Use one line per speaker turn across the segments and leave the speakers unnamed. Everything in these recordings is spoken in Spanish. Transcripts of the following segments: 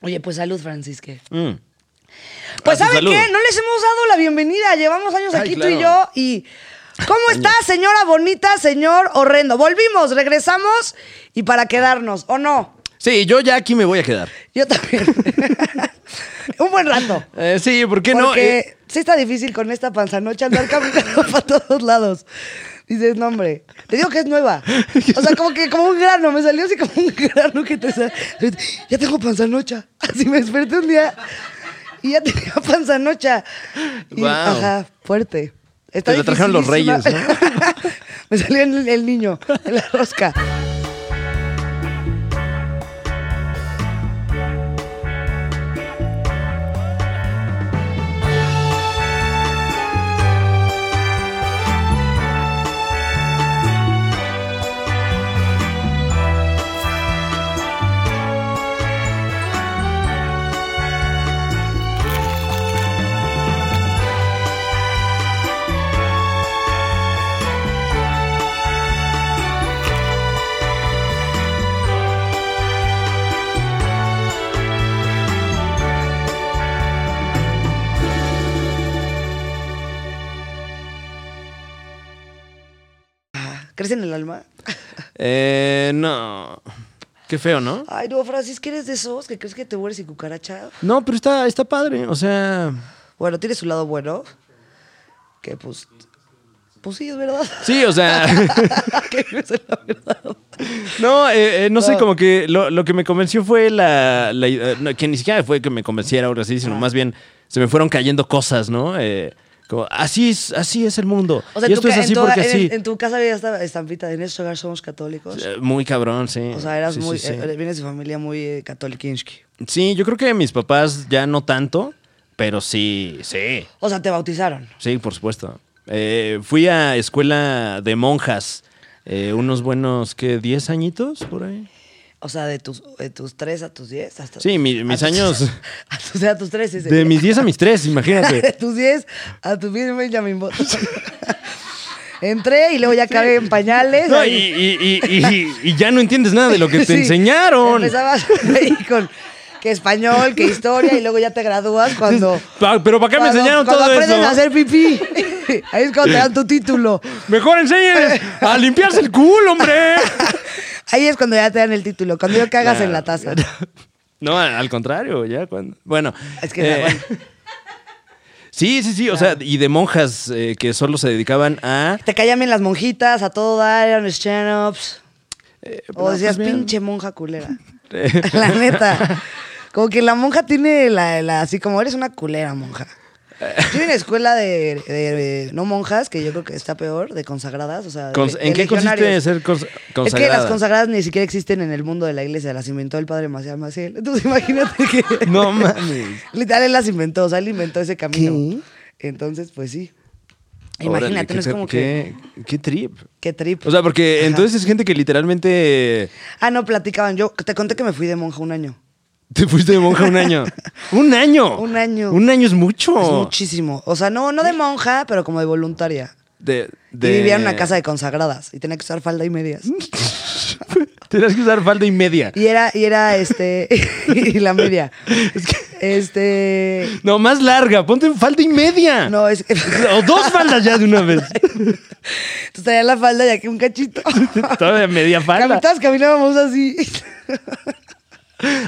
Oye, pues salud, Francisque.
Mm.
Pues,
Así,
¿saben
salud.
qué? No les hemos dado la bienvenida. Llevamos años
Ay,
aquí tú y yo
claro.
y... ¿Cómo está, señora bonita, señor horrendo? Volvimos, regresamos y para quedarnos, ¿o no?
Sí, yo ya aquí me voy a quedar.
Yo también. Un buen rato.
Eh, sí, ¿por qué no?
Porque
Eh,
sí está difícil con esta panzanocha andar caminando para todos lados. Dices, no, hombre, te digo que es nueva. O sea, como que como un grano, me salió así como un grano que te sale. Ya tengo panzanocha. Así me desperté un día y ya tenía panzanocha. Y,
Guau.
Ajá, fuerte. Está
Te la trajeron los
dificilísima.
reyes,
me salió el, el niño en la rosca. ¿Crees en el alma?
eh, no. Qué feo, ¿no?
Ay, no, Francis, que eres de esos que crees que te mueres sin cucaracha.
No, pero está, está padre. O sea.
Bueno, tiene su lado bueno. Que pues. Pues sí, es verdad.
Sí, o sea.
que es la verdad.
No, eh, eh, no sé,
No.
como que lo, lo que me convenció fue la. la- eh, no, que ni siquiera fue que me convenciera o algo así, sino más bien se me fueron cayendo cosas, ¿no? Eh, como, así es, así es el mundo.
O sea,
y
en tu
esto es
ca-
así
en tu,
porque
en-
así.
en tu casa había esta estampita de en este hogar somos católicos.
Eh, Muy cabrón, sí.
o sea, eras
Sí, sí,
muy.
sí.
eh, vienes de familia muy eh, catoliquinsky.
Sí, yo creo que mis papás ya no tanto, pero sí, sí.
O sea, te bautizaron.
Sí, por supuesto. Eh, fui a escuela de monjas eh, unos buenos, ¿qué? ¿10 añitos por ahí?
O sea, de tus, de tus 3 a tus 10. Hasta,
Sí, mi-
a
mis
tus-
años-
A tus, a tus 3. ese
De
día.
mis 10 a mis 3,
de
imagínate.
tus 10 a tus 10 Benjamin Button. Entré y luego ya acabé en pañales.
No, y,
ahí-
y- y- y- y ya no entiendes nada de lo que te
Sí.
enseñaron.
Empezabas ahí con que español, que historia, y luego ya te gradúas cuando.
Pa- Pero ¿para qué me
cuando-
enseñaron
cuando
todo
aprendes
eso?
a hacer pipí. Ahí es cuando te dan tu título.
Mejor enseñen a limpiarse el culo, hombre.
Ahí es cuando ya te dan el título. Cuando yo cagas en la taza.
No, al contrario, ya cuando. Bueno. eh,
Es que, bueno.
Sí, sí, sí, o sea, y de monjas eh, que solo se dedicaban a...
Te caían bien las monjitas, a todo dar, eran stand-ups.
eh, no,
O
pues
decías,
bien.
pinche monja culera.
Eh.
La neta. Como que la monja tiene la, la- así como eres una culera, monja. Yo vi una escuela de, de- de no monjas, que yo creo que está peor, de consagradas. O sea, de-
Cons-
de
¿En qué consiste
legionarios.
ser cons-
Es que las
consagrada?
consagradas ni siquiera existen en el mundo de la iglesia, las inventó el padre Maciel Maciel. Entonces imagínate que...
No mames.
Literal, él las inventó, o sea, él inventó ese camino. Entonces, pues sí.
Órale,
Imagínate,
qué
no es
ter-
como que...
qué, qué trip.
Qué trip.
O sea, porque
Ajá.
entonces es gente que literalmente
Ah, no, platicaban. Yo te conté que me fui de monja un año.
te fuiste de monja un año. ¡Un año!
Un año.
Un año es mucho.
Es muchísimo. O sea, no, no de monja, pero como de voluntaria.
De, de...
Y vivía en una casa de consagradas y tenía que usar falda y medias.
Tenías que usar falda y media.
Y era, y era este, y la media. Este,
No, más larga. Ponte falda y media.
no, es que...
O dos faldas ya de una vez.
Entonces traía la falda y aquí un cachito.
Todavía media falda.
Camitas, caminábamos así.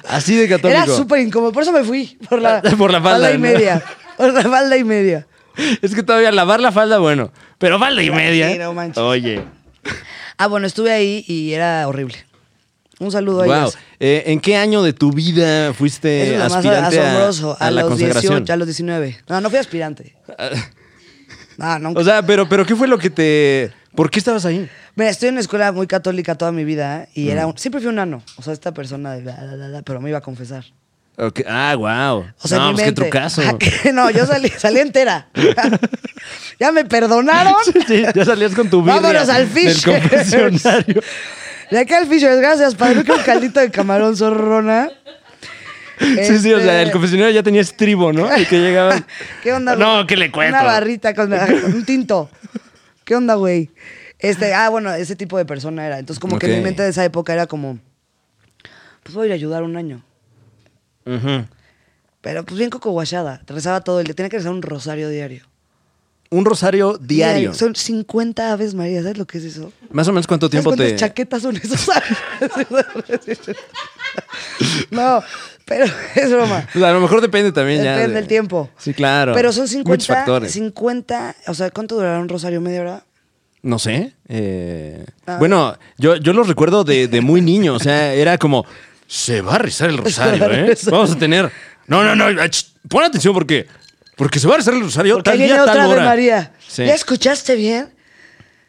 Así de católico.
Era súper incómodo. Por eso me fui. Por la,
Por la falda,
y
¿no?
media. Por la falda y media.
Es que todavía lavar la falda, bueno. Pero falda y media. ¿eh?
no manches.
Oye.
Ah, bueno, estuve ahí y era horrible. Un saludo a
Wow.
ellas.
Eh, ¿En qué año de tu vida
Eso
fuiste
es lo más
aspirante a-
asombroso.
a,
A,
la
los
consagración? Ah,
18, a los 19. No, no fui aspirante. No, nunca.
o sea, pero, pero ¿qué fue lo que te... ¿Por qué estabas ahí?
Mira, estoy en una escuela muy católica toda mi vida ¿eh?
Mm.
y era un- siempre fui un nano. O sea, esta persona de la, la, la, la, pero me iba a confesar.
Ok, Ah, wow.
O sea, en
no,
mi
pues qué
mente.
trucazo.
Ah, que- No, yo salí, salí entera. ya me perdonaron.
Sí, sí, ya salías con tu vida.
Vámonos al
Del
Fishers.
confesionario.
De acá al Fishers, gracias, padre. Que un caldito de camarón zorrona.
Sí, sí, o sea, el
Este,
confesionario ya tenía estribo, ¿no? Y que llegaban...
¿Qué onda? güey?
No, que le cuento.
Una barrita con, con un tinto. ¿Qué onda, güey? Este, ah, bueno, ese tipo de persona era. Entonces, como que
Ok.
mi mente de esa época era como, pues voy a ir a ayudar un año.
Ujú.
Pero pues bien coco guachada. Rezaba todo el día. Tenía que rezar un rosario diario.
Un rosario diario.
Son 50 aves María. ¿Sabes lo que es eso?
Más o menos cuánto
¿Sabes
tiempo te.
cuántas chaquetas son esos no, pero es broma.
O sea, Pues, a lo mejor depende también ya.
Depende
de-
del tiempo.
Sí, claro.
Pero son
Muchos
50,
factores.
50, o sea, ¿cuánto durará un rosario? ¿Media hora?
No sé. eh,
Ah.
Bueno, yo, yo los recuerdo de, de muy niño. O sea, era como, se va a rezar el rosario, ¿eh? Vamos a tener... No, no, no. ach, Pon atención porque... Porque se va a rezar el rosario
Porque ahí
tal
viene
día,
otra
tal
Ave
hora.
María.
Sí.
¿Ya escuchaste bien?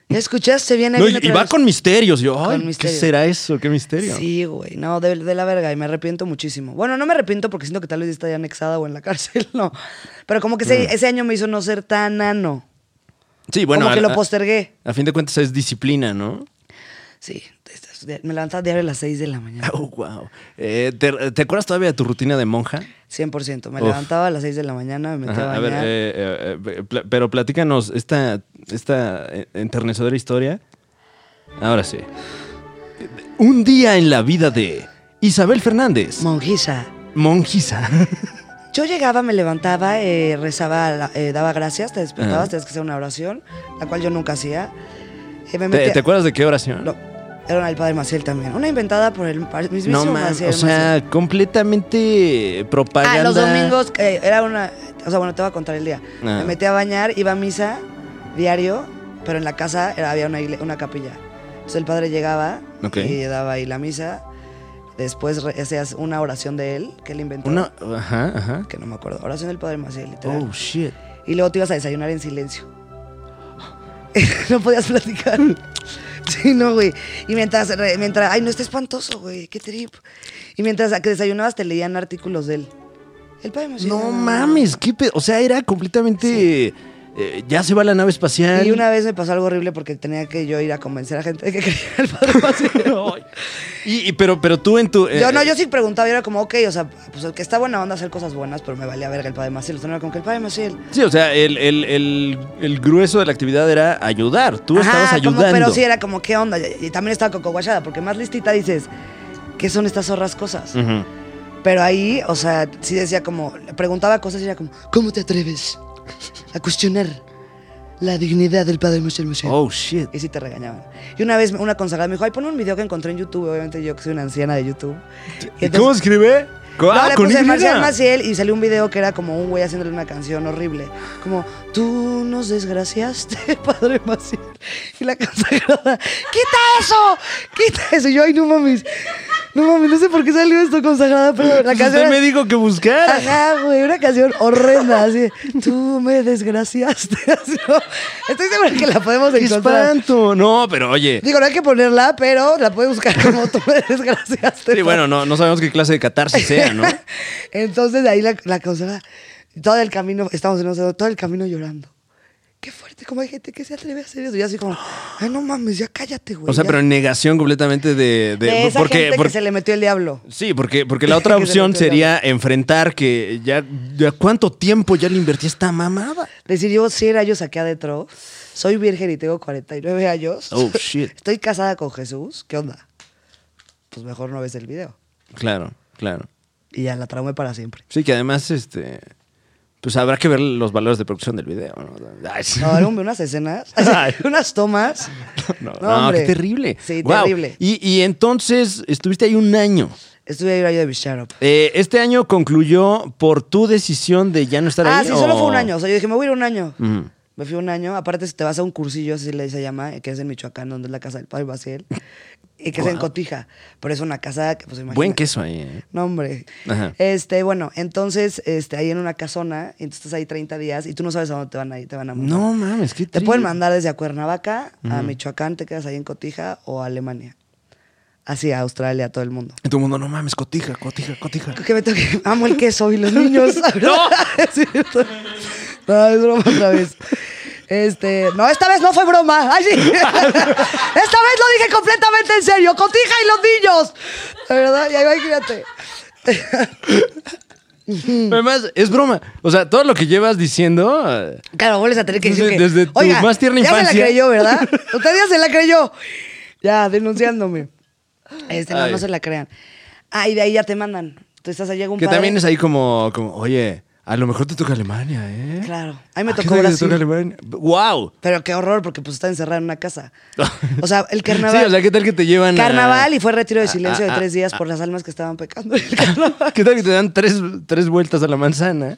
¿Ya escuchaste bien? Ahí
No, y,
viene
y
otra
va
vez.
con misterios. Yo,
Con
ay,
misterio.
¿qué será eso? ¿Qué misterio?
Sí, güey. No, de, de la verga. Y me arrepiento muchísimo. Bueno, no me arrepiento porque siento que tal vez está ya anexada o en la cárcel, no. Pero como que ese, ese año me hizo no ser tan nano.
Sí, Mm. bueno.
como que
a-
lo
a-
postergué.
A fin de cuentas es disciplina, ¿no?
Sí. Me levantaba diario a las 6 de la mañana.
Oh, wow. Eh, ¿te, te acuerdas todavía de tu rutina de monja?
100%. Me
Ah. Uf.
levantaba a las 6 de la mañana, me metía
Ajá,
a
a ver,
bañar.
eh, eh, eh, pla- pero platícanos esta, esta eh, enternecedora historia. Ahora sí. Un día en la vida de Isabel Fernández,
Monjisa.
monjisa.
Yo llegaba, me levantaba, eh, rezaba, la- eh, daba gracias, te despertabas,
Ajá.
tenías que hacer una oración, la cual yo nunca hacía. Eh, me
¿Te,
metía-
te acuerdas de qué oración?
No, era el padre Maciel también. Una inventada por el par- mismísimo
No, man,
Maciel.
o sea, completamente propaganda.
Ah, los domingos eh, era una. O sea, bueno, te voy a contar el día.
Ah.
Me metí a bañar, iba a misa diario, pero en la casa era- había una, igle- una capilla. Entonces el padre llegaba
Ok.
y daba ahí la misa. Después re- hacías una oración de él que él inventó.
Una- ajá, ajá.
Que no me acuerdo. Oración del padre Maciel, literal.
Oh, shit.
Y luego te ibas a desayunar en silencio. no podías platicar. Sí, no, güey. Y mientras, re- mientras, ay, no está espantoso, güey, qué trip. Y mientras a que desayunabas te leían artículos de él. El padre Maciel.
No mames, qué pe- O sea, era completamente... eh, ya se va la nave espacial.
Y una vez me pasó algo horrible porque tenía que yo ir a convencer a gente de que creía en el padre Maciel.
Y- y- pero, pero tú en tu... eh,
Yo no, yo sí preguntaba, yo era como, ok, o sea, pues el que está buena onda hacer cosas buenas, pero me valía verga el padre Maciel. O sea, no era como que el padre Maciel.
Sí, o sea, el, el- el- el grueso de la actividad era ayudar. Tú
Ajá,
estabas
como-
ayudando.
pero sí era como, ¿qué onda? Y y también estaba coco guayada, porque más listita dices, ¿qué son estas zorras cosas?
Ujú.
Pero ahí, o sea, sí decía como, le preguntaba cosas y era como, ¿cómo te atreves a cuestionar la dignidad del padre Michel Michel?
Oh, shit.
Y sí te regañaban. Y una vez una consagrada me dijo, ay, pon un video que encontré en YouTube, obviamente yo que soy una anciana de YouTube.
¿Y cómo escribe? Co-
No,
ah,
le
con
puse
Y.
Marcial Maciel y salió un video que era como un güey haciéndole una canción horrible. Como, tú nos desgraciaste, padre Maciel. Y la consagrada, ¡quita eso! ¡Quita eso! Y yo, ay, no mames. No mames, no sé por qué salió esto consagrada, pero la
Pues
canción... Ah,
usted
era-
me dijo que buscar.
Ajá, güey, una canción horrenda, así. Tú me desgraciaste. así, ¿no? Estoy segura que la podemos
¡Qué
encontrar.
espanto! No, pero oye.
Digo, no hay que ponerla, pero la puede buscar como tú me desgraciaste.
Sí, bueno, no, no sabemos qué clase de catarsis sea, ¿no?
Entonces de ahí la, la consola, todo el camino, estamos en un salón, todo el camino llorando. Qué fuerte, como hay gente que se atreve a hacer eso. Yo así como, ay, no mames, ya cállate, güey.
O sea,
ya".
pero en negación completamente de. de-
De esa
porque,
gente
porque-
que se le metió el diablo.
Sí, porque, porque la otra
Que se
opción
metió el
sería enfrentar que ya, ya cuánto tiempo ya le invertí a esta mamada.
Decir, llevo 100 años aquí adentro, soy virgen y tengo 49 años.
Oh, shit.
Estoy casada con Jesús, ¿qué onda? Pues mejor no ves el video.
Claro, claro.
Y ya la traumé para siempre.
Sí, que además, este. Pues habrá que ver los valores de producción del video, ¿no? Ay, sí.
No, era un- unas escenas,
Ay.
unas tomas.
No, no,
hombre.
qué terrible.
Sí,
Guau.
terrible.
Y, y entonces estuviste ahí un año.
Estuve ahí un año de Bisharop.
Eh, este año concluyó por tu decisión de ya no estar
Ah,
ahí.
sí, solo
o- Mm.
fue un año. O sea, yo dije, me voy a ir un año.
Ujú.
Me fui un año. Aparte, si te vas a un cursillo, así le se llama, que es en Michoacán, donde es la casa del padre Maciel. Y que es en Cotija. Pero es una casa que, pues, imagínate.
Buen queso ahí. ¿eh?
No, hombre.
Ajá.
Este, bueno, entonces, este, ahí en una casona, y entonces estás ahí 30 días y tú no sabes a dónde te van a ir, te van a mandar.
No mames, qué
Te
terrible.
pueden mandar desde a Cuernavaca, a Michoacán, te quedas ahí en Cotija o a Alemania. Así, a Australia, a todo el mundo.
Y todo el mundo, no mames, cotija, cotija, cotija.
Que me toque. Amo el queso y los niños.
¡No!
Sí, esto- no, es broma otra vez. Este, no, esta vez no fue broma. Ay, sí. Esta vez lo dije completamente en serio. Cotija y los niños. La verdad, y ahí imagínate. Mm.
Además, es broma. O sea, todo lo que llevas diciendo. eh,
Claro, vuelves a tener que decir
Desde-
que,
desde tu
"Oiga,
más tierna
Ya se
infancia".
la creyó, ¿verdad? Usted ya se la creyó. Ya, denunciándome. Este, no,
Ay.
no se la crean. Ah, y de ahí ya te mandan. Tú estás allá un
Que
padre-
también es ahí como, como, oye, a lo mejor te toca Alemania, ¿eh?
Claro. A mí me
¿A qué
tocó
tal que
Brasil.
te toca Alemania? ¡Wow!
Pero qué horror, porque pues está encerrada en una casa. O sea, el carnaval.
Sí, o sea, ¿qué tal que te llevan a-
Carnaval y fue retiro de silencio
Ah, ah,
de tres días por las almas que estaban pecando en el carnaval.
¿Qué tal que te dan tres, tres vueltas a la manzana?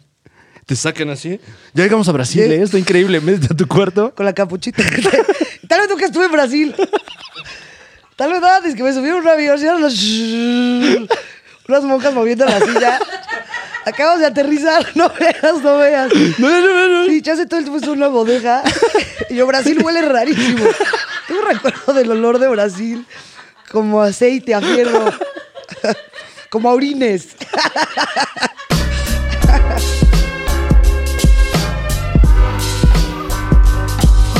Te sacan así. Ya llegamos a Brasil,
Sí.
¿eh? Está increíble. Métete a tu cuarto.
Con la capuchita. Tal vez nunca estuve en Brasil. Tal vez antes que me subieron un avión, hicieron los- unas monjas moviendo la silla. Acabas de aterrizar, no veas, no veas.
No, no, no, no.
Sí, ya hace todo el tiempo es una bodega. Y yo, Brasil huele rarísimo. Tengo un recuerdo del olor de Brasil. Como aceite a fierro. Como a orines.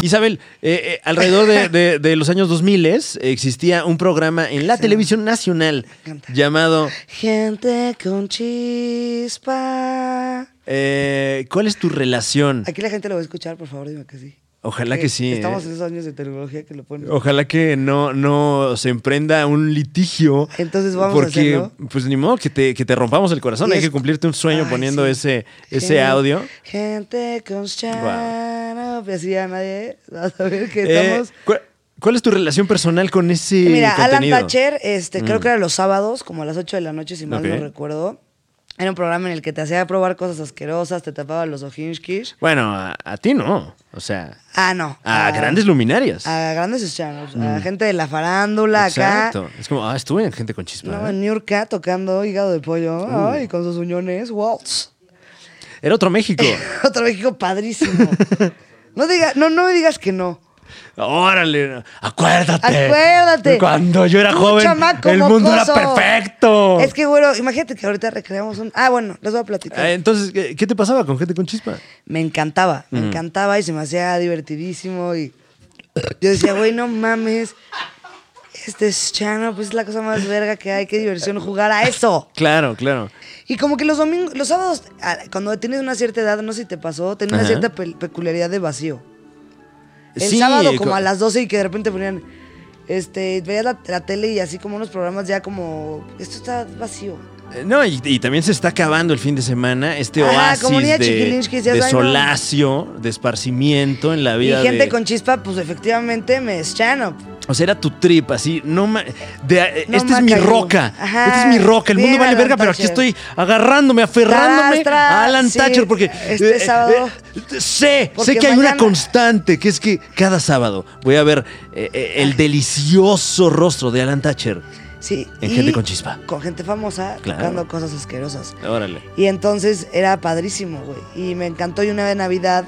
Isabel, eh, eh, alrededor de, de- de los años 2000 existía un programa en la televisión nacional
encanta.
llamado
Gente con chispa.
eh, ¿Cuál es tu relación?
Aquí la gente lo va a escuchar, por favor, dime que sí.
Ojalá que
Eh,
sí.
Estamos
eh. Oh,
en esos años de tecnología que lo ponen.
Ojalá que no, no se emprenda un litigio.
Entonces vamos a
porque,
hacerlo.
Pues ni modo que te, que te rompamos el corazón.
Y
Hay
es-
que cumplirte un sueño
Ay,
poniendo
sí.
ese, ese
Gente-
audio.
Gente con chispa. Y así ya nadie va a saber que
Eh,
estamos. Eh,
¿cuál, cuál es tu relación personal con ese
Mira,
contenido? Mm.
Alan Thatcher, este, creo que era los sábados, como a las 8 de la noche, si mal
Ok.
no recuerdo. Era un programa en el que te hacía probar cosas asquerosas, te tapaba los ojinskis.
Bueno, a, a ti no. O sea,
Ah, no.
a grandes luminarias.
A grandes channels, a gente de la farándula
Exacto.
acá.
Es como, ah, estuve en gente con chispa.
No,
¿eh?
en New York tocando hígado de pollo.
Uh.
Ay, con sus uñones, waltz.
Era otro México.
Otro México padrísimo. No, diga, no, no me digas que no.
Órale, acuérdate.
Acuérdate.
Eh, Cuando yo era
Tú,
joven,
chamaco
el mundo era
mocoso.
perfecto.
Es que, bueno, imagínate que ahorita recreamos un. Ah, bueno, les voy a platicar.
Ah, Entonces, ¿qué, qué te pasaba con gente con chispa?
me encantaba, me
Mm.
encantaba y se me hacía divertidísimo y yo decía, güey, no mames, este es Chano, pues es la cosa más verga que hay, qué diversión jugar a eso.
Claro, claro.
Y como que los domingos, los sábados, ah, cuando tienes una cierta edad, no sé si te pasó, tenía una
Ajá.
cierta pe- peculiaridad de vacío. El
Sí,
sábado
co-
como a las 12 y que de repente ponían, este, veías la, la tele y así como unos programas ya como, esto está vacío.
Eh, No, y, y también se está acabando el fin de semana este
Ajá,
oasis
como niña
de,
chiquilinchis, ya
de
saben, ¿no?
solacio, de esparcimiento en la
Y
vida.
gente
de-
con chispa, pues efectivamente me es Chano.
O sea, era tu trip, así, no ma- de- eh,
No
Esta es mi
macayo.
roca,
Ajá,
esta es mi roca, el
bien,
mundo vale
Alan
verga, pero aquí
Thatcher.
estoy agarrándome,
Tras,
aferrándome
tras,
a Alan
sí,
Thatcher, porque...
este sábado.
eh, sé,
Porque
sé que hay una
mañana-
constante, que es que cada sábado voy a ver eh, eh, el delicioso rostro de Alan Thatcher.
Sí.
En
y
gente con chispa.
Con gente famosa
Claro.
tocando cosas asquerosas.
Órale.
Y entonces era padrísimo, güey. Y me encantó. Y una vez en Navidad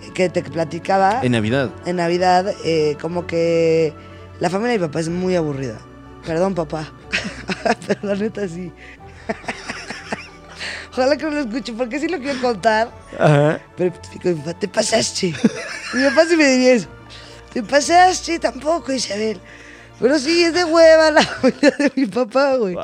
eh, que te platicaba,
En
en,
Navidad.
Navidad, eh, como que la familia de mi papá es muy aburrida. Perdón, papá. Pero la neta sí. Ojalá que no lo escuche, porque sí lo quiero contar.
Ajá.
Pero fico, mi papá, te pasaste. Y mi papá sí me diría eso. Te pasaste tampoco, Isabel. Pero sí, es de hueva la familia de mi papá, güey.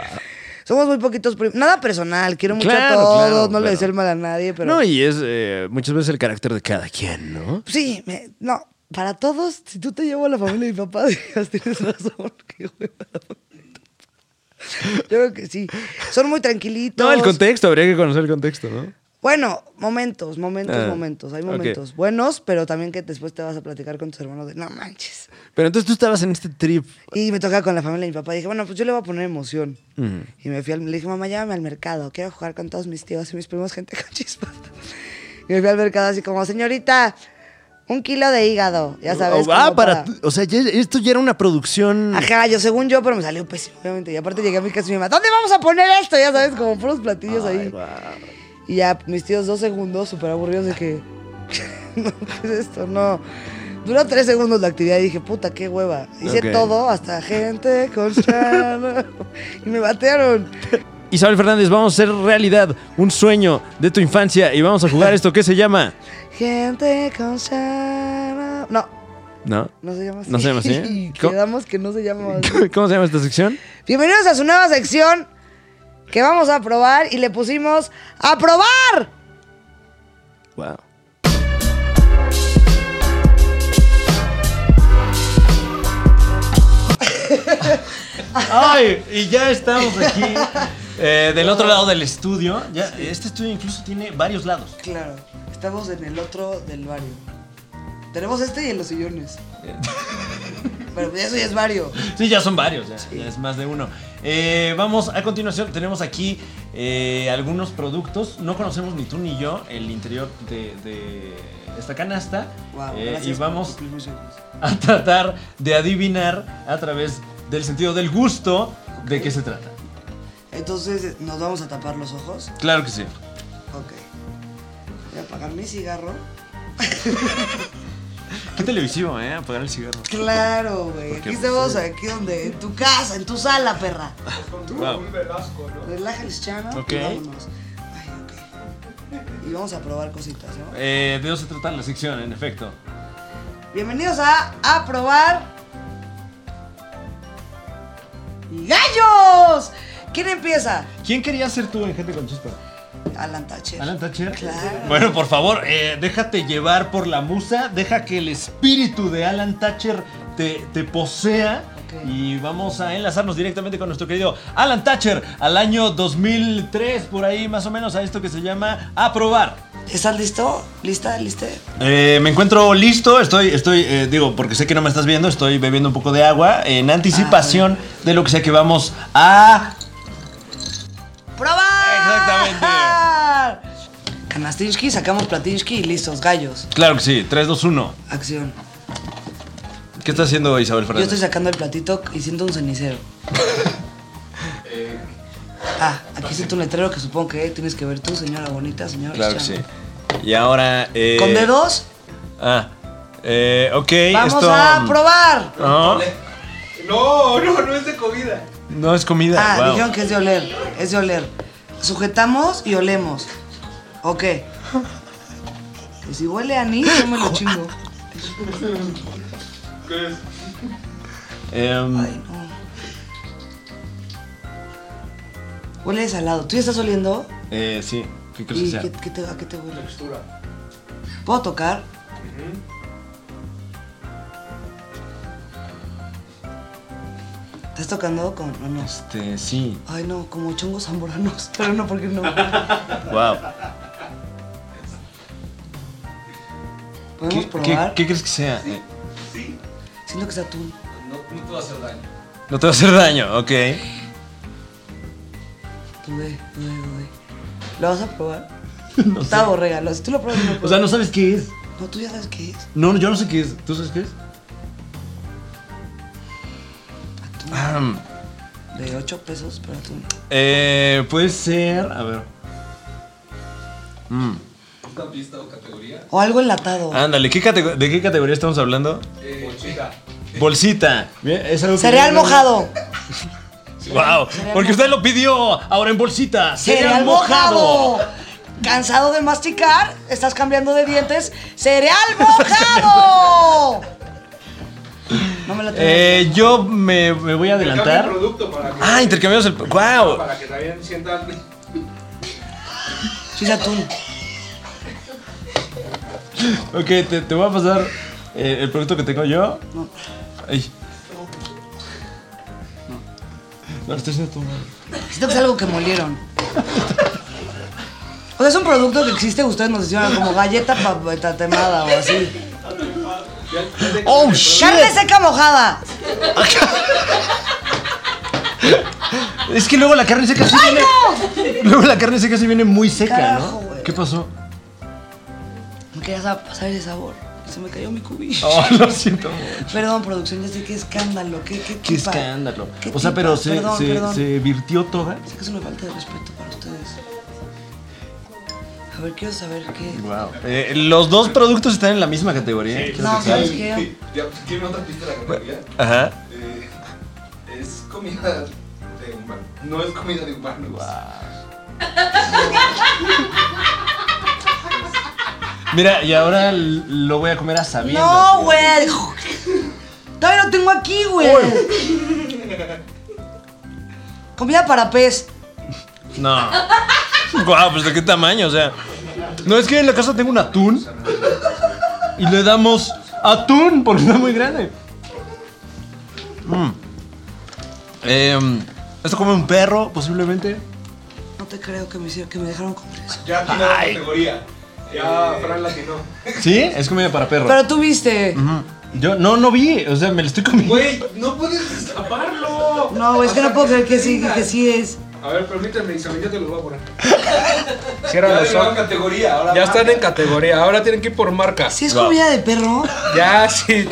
Somos muy poquitos primos. Nada personal, quiero mucho
Claro,
a todos,
claro,
no le
claro.
deseo el mal a nadie, pero.
No, y es eh, muchas veces el carácter de cada quien, ¿no?
Sí, me- no. Para todos, si tú te llevas a la familia de mi papá, digas, tienes razón. Qué hueva la familia de tu papá. Yo creo que sí. Son muy tranquilitos.
No, el contexto, habría que conocer el contexto, ¿no?
Bueno, momentos, momentos,
Ah,
momentos. Hay
ok.
momentos buenos, pero también que después te vas a platicar con tus hermanos de no manches.
Pero entonces tú estabas en este trip.
Y me tocaba con la familia de mi papá. Dije, bueno, pues yo le voy a poner emoción. Y me fui al, le dije, mamá, llévame al mercado. Quiero jugar con todos mis tíos y mis primos, gente con chispa. Y me fui al mercado así como, señorita, un kilo de hígado. Ya sabes.
ah,
como
para, O sea, ya- esto ya era una producción.
Ajá, yo según yo, pero me salió pésimo, obviamente. Y aparte llegué a mi casa y mi mamá, ¿dónde vamos a poner esto? Ya sabes, como puros platillos
Ay,
ahí.
guau.
Y ya mis tíos dos segundos, súper aburridos de que... no, ¿qué es esto? No. Duró tres segundos la actividad y dije, puta, qué hueva. Hice
Ok.
todo, hasta gente con chano. y me batearon.
Isabel Fernández, vamos a hacer realidad un sueño de tu infancia y vamos a jugar esto que se llama.
Gente con chano. No,
¿No?
no se llama así.
¿No se llama así? ¿Cómo?
Quedamos que no se llama así.
¿Cómo se llama esta sección?
Bienvenidos a su nueva sección que vamos a probar y le pusimos ¡A probar!
Wow. Ay, y ya estamos aquí Eh, del otro lado del estudio, ya, este estudio incluso tiene varios lados.
Claro, estamos en el otro del barrio. Tenemos este y en los sillones. Pero eso ya es barrio.
Sí, ya son varios, ya, ya es más de uno. Eh, vamos, a continuación tenemos aquí eh, algunos productos. No conocemos ni tú ni yo el interior de, de esta canasta.
Wow,
Eh,
gracias
y
por
vamos
cumplir mis sueños.
a tratar de adivinar a través del sentido del gusto de qué se trata.
Entonces, ¿nos vamos a tapar los ojos?
Claro que sí.
Ok. Voy a apagar mi cigarro.
Qué televisivo, ¿eh? Apagar el cigarro.
Claro, güey.
Porque,
Aquí estamos,
eh.
aquí donde, en tu casa, en tu sala, perra.
Wow.
Relájales, chano.
Ok.
Y vámonos. Ay, ok. Y vamos a probar cositas, ¿no?
Eh, de eso se trata la sección, en efecto.
Bienvenidos a A Probar Gallos. ¿Quién empieza?
¿Quién quería ser tú en Gente con Chispa?
Alan Thatcher.
¿Alan Thatcher?
Claro.
Bueno, por favor, eh, déjate llevar por la musa, deja que el espíritu de Alan Thatcher te, te posea.
Ok.
Y vamos a enlazarnos directamente con nuestro querido Alan Thatcher al año 2003, por ahí más o menos, a esto que se llama Aprobar.
¿Estás listo? ¿Lista? ¿Liste?
Eh, me encuentro listo, estoy, estoy, eh, digo, porque sé que no me estás viendo, estoy bebiendo un poco de agua en
Ah,
anticipación de lo que sea que vamos a
¡Probar!
Exactamente.
Kanastinsky, sacamos Platinsky y listos, gallos.
Claro que sí, 3, 2, 1.
Acción.
¿Qué está haciendo Isabel
Yo
Fernández?
estoy sacando el platito y siento un cenicero. Ah, aquí siento un letrero que supongo que tienes que ver tú, señora bonita, señora.
Claro que sí.
chava.
Y ahora. eh,
Con dedos,
Ah. Eh, ok.
vamos
esto,
a
mm,
probar.
No,
No, no, no es de comida.
no es comida.
Ah,
wow.
dijeron que es de oler, es de oler. Sujetamos y olemos. Ok. Y si huele a anís, yo me lo chingo.
¿Qué es?
Em,
Ay, no. Huele de salado. ¿Tú ya estás oliendo?
eh, sí. ¿Qué crees que
¿Y
sea?
qué, qué te, a qué te huele?
Textura.
¿Puedo tocar? ¿Estás tocando con no, no.
Este, sí.
Ay, no, como chongos zamboranos. Pero no, porque no.
Wow.
¿Podemos
¿Qué, qué,
probar?
qué crees que sea? Eh,
Sí.
Siento que es atún.
No, no te va a hacer daño.
No te va a hacer daño, ok.
Dudé, dudé, dudé. ¿Lo vas a probar? Está borrega. lo- Si tú lo pruebas, yo lo
O sea,
pruebo.
no sabes qué es.
No, tú ya sabes qué es.
No, no, yo no sé qué es. ¿Tú sabes qué es?
Atún.
Am,
De 8 pesos, pero atún.
Ah, eh, puede ser. A ver. Mm,
¿Una pista o categoría?
O algo enlatado.
Ándale, ¿qué catego- ¿de qué categoría estamos hablando?
Eh,
Bolsita. Bien, es algo que-
Cereal mojado.
Wow,
Cereal
porque
mojado.
usted lo pidió ahora en bolsita.
Cereal mojado. Cansado de masticar, estás cambiando de dientes. Cereal mojado. No me la tengo.
Eh, yo me, me voy a adelantar.
Cambia el producto para que,
Ah, intercambiamos el. ¡Wow!
para que también sientan.
Sí, es atún.
Ok, te, te voy a pasar eh, el producto que tengo yo.
No.
Ay. No, lo estoy haciendo todo mal.
Siento que es algo que molieron. O sea, es un producto que existe, ustedes nos hicieron como galleta patatemada o así.
¡Oh, shit!
Carne seca mojada.
Es que luego la carne seca sí viene. Luego la carne seca sí viene muy seca,
Carajo,
¿no?
güey.
¿Qué pasó?
No quería sa- pasar ese sabor. Se me cayó mi cubillo.
Oh, lo siento. mucho.
Perdón, producción, ya sé qué escándalo. Qué, qué,
Qué
tipa.
escándalo.
Qué
O sea,
tipa.
pero se,
Perdón,
se-
perdón.
se virtió toda.
Sé que es una falta de respeto para ustedes. A ver, quiero saber qué.
Wow. Eh, los dos productos están en la misma categoría. ¿eh? Quiero
No,
pensar.
¿sabes qué?
Ya, ¿Quieren otra pista de la categoría?
Ajá.
Eh, es comida de humano. No es comida de humanos.
Mira, y ahora l- lo voy a comer a sabiendas.
No,
tío.
güey. Todavía lo tengo aquí, güey. Comida para pez.
No. Guau, pues de qué tamaño, o sea. No, es que en la casa tengo un atún. Y le damos atún porque está muy grande. Mm. Em, esto come un perro, posiblemente.
no te creo que me, hicieron- que me dejaron comer eso.
Ya tiene la categoría.
Eh.
Ya Fran latinó.
¿Sí? Es comida para perros.
Pero tú viste.
Ujú. Yo no, no vi, o sea, me lo estoy comiendo.
Güey, no puedes escaparlo.
No, es que no puedo creer que sí, que sí es.
A ver, permíteme, Isabel, yo te los voy a poner.
Ya
Cierra los
le daban
ojos.
categoría. Ahora
Ya
va.
están en categoría, ahora tienen que ir por marca.
¿Sí es comida de perro?
Ya, sí.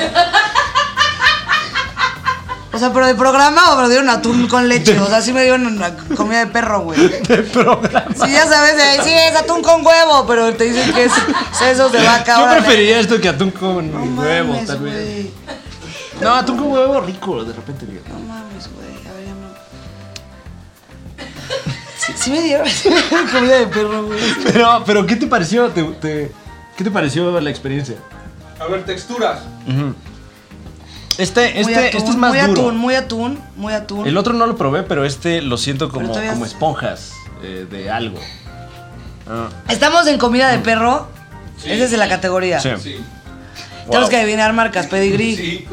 O sea, pero de programa o me lo dieron atún con leche. O sea, sí me dieron una comida de perro, güey. De programa. Sí, ya sabes, eh, sí, es atún con huevo, pero te dicen que es sesos de vaca.
Yo
órale.
preferiría esto que atún con
No
huevo,
mames,
tal vez.
güey.
No, atún con huevo rico, de repente. digo.
No mames, güey. A ver, ya no. Sí, sí me dieron sí me dieron comida de perro, güey.
Pero, pero, ¿qué te pareció? ¿Te, te- qué te pareció la experiencia?
A ver, texturas.
Este,
Muy
este,
atún,
este es más
muy
duro.
atún, muy atún, muy atún.
El otro no lo probé, pero este lo siento como,
Pero todavía
como
es-
esponjas eh, de algo. Ah,
Estamos en comida de perro. Esa es de la categoría.
Mm. sí.
Sí.
Tenemos
Wow.
que adivinar marcas. Pedigrí.
Sí.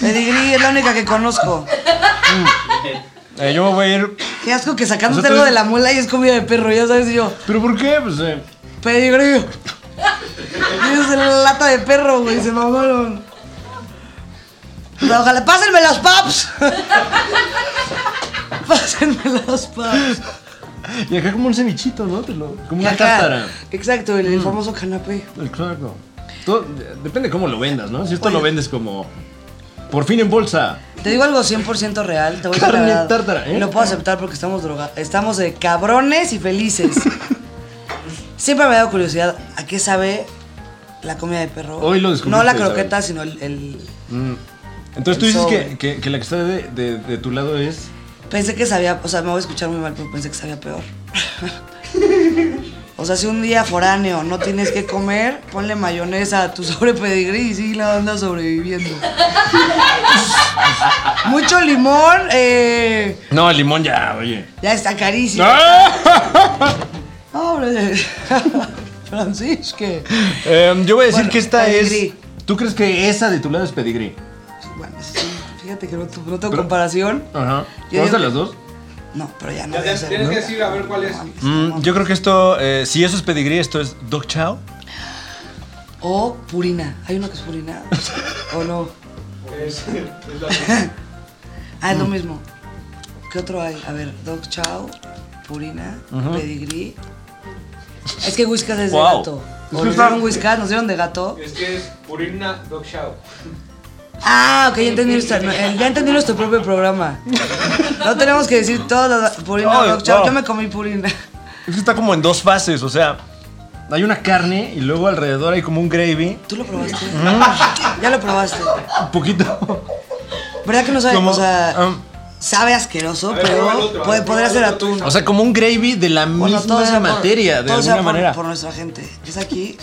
Pedigrí es la única que conozco.
Eh, yo me voy a ir.
Qué asco que sacándote
Nosotros-
algo de la mula y es comida de perro, ya sabes y yo.
¿Pero por qué? Pues, eh,
Pedigrí. es lata de perro, güey. Se mamaron. O sea, ojalá. ¡Pásenme las paps! Pásenme las paps.
y acá como un cevichito, ¿no? Te lo- como
Y
una
acá-
cáscara.
Exacto, el, el famoso canapé.
Exacto. Todo- de- depende cómo lo vendas, ¿no? Si esto lo vendes como. Por fin en bolsa.
Te digo algo 100% real, te voy a
Carne
decir la verdad.
tártara, ¿eh?
Y Lo puedo aceptar porque estamos drogados. Estamos de cabrones y felices. Siempre me ha dado curiosidad a qué sabe la comida de perro.
Hoy lo descubriste,
No la
Isabel.
croqueta, sino el, el-
Entonces tú
El
dices que,
sobre.
que- que la que está de, de- de tu lado es.
Pensé que sabía, o sea, me voy a escuchar muy mal, pero pensé que sabía peor. o sea, si un día foráneo no tienes que comer, ponle mayonesa a tu sobre pedigrí y sí la andas sobreviviendo. Mucho limón, eh,
No, el limón ya, oye.
ya está carísimo.
¡Ah!
Hombre, Francisque.
Em, yo voy a decir
Bueno,
que esta
pedigrí.
es. ¿Tú crees que esa de tu lado es pedigrí?
Bueno, sí, fíjate que no, tu- no tengo comparación.
Ajá.
Yo
¿Vamos
digo
a las
que-
dos?
No, pero ya no.
Ya
voy a
te-
hacer,
Tienes
¿no?
que decir a ver cuál es.
Mm, yo creo que esto. eh, si eso es pedigrí, esto es dog chow.
O purina. Hay uno que es purina. o no.
Es, es la
Ah, es
Mm.
lo mismo. ¿Qué otro hay? A ver, Dog Chow, Purina, Pedigrí. Es que Whiskas es de
Wow.
gato. ¿O nos dieron Whiskas? ¿Nos dieron de gato?
es que es Purina Dog Show.
Ah, ok, ya entendí, nuestro, no, eh, ya entendí nuestro propio programa. No tenemos que decir todas las... Purina,
Ay,
Dog Chow.
wow.
Yo me comí Purina.
Es que está como en dos fases, o sea. Hay una carne y luego alrededor hay como un gravy.
¿Tú lo probaste? Ya lo probaste.
Un poquito.
¿Verdad que no sabe?
Como,
o sea,
um,
sabe asqueroso,
A ver, prueba el
pero
otro, a
puede,
ver,
podría
prueba el
ser
otro,
atún.
Isa.
O sea, como un gravy de la misma
sea por-
materia, de
todo sea
alguna
por-
manera. Mm.
Por nuestra gente. Es aquí.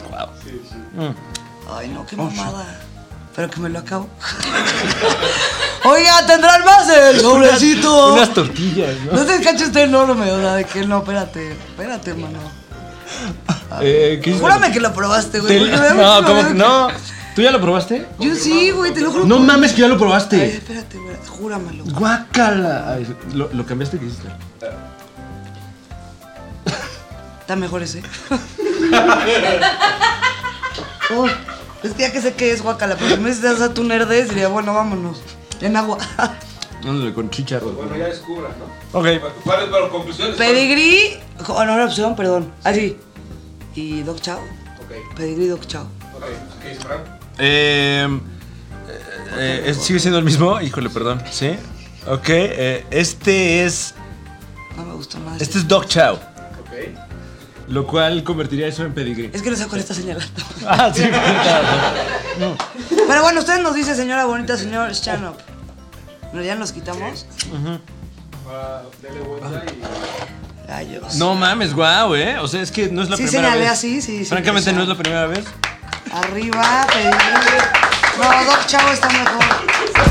Ay, no,
Oh,
qué mamada. Pero que me lo acabo. Oiga, tendrán más el sobrecito.
Unas tortillas, ¿no?
No te cacho está enorme, o sea, de que no, espérate, espérate, mano.
Eh, ¿qué es?
Júrame que lo probaste, Ah, güey.
Te-
porque me da
No,
mucho
como
miedo
que
que-
no. ¿Tú ya lo probaste?
Yo sí, güey, te lo juro.
No mames que ya lo
Ay,
probaste.
espérate, güey, júramelo.
Guácala. Ay, lo, lo cambiaste que hiciste.
Está mejor ese. Uy, Oh, es que ya que sé qué es guacala, pero si me dices a tu nerdez, diría, bueno, vámonos. En agua.
Dándole con chicharro.
Bueno, ya descubran, ¿no?
Ok.
¿Cuál es la conclusión?
Pedigrí. Oh, no, era opción, perdón. Así. Y Doc Chao.
Ok,
Pedigrí Doc Chao.
ok, ok, Fran.
Eh, eh, eh, ¿Sigue siendo el mismo? Híjole, perdón. ¿Sí? Ok. eh, este es.
No me gustó nada.
Este es Dog Chow.
Ok.
Lo cual convertiría eso en pedigrí.
Es que no sé cuál está señalando.
Ah, sí,
Pero bueno, ustedes nos dicen, señora bonita, señor Chanop. ¿No ya nos quitamos?
Ahora, dale vuelta y.
Gallos.
No mames, guau, eh. O sea, es que no es la
Sí,
primera
señalé
vez.
así, sí, sí,
Francamente,
sí.
no es la primera vez.
Arriba, pedigrí. No, Doc Chao está mejor.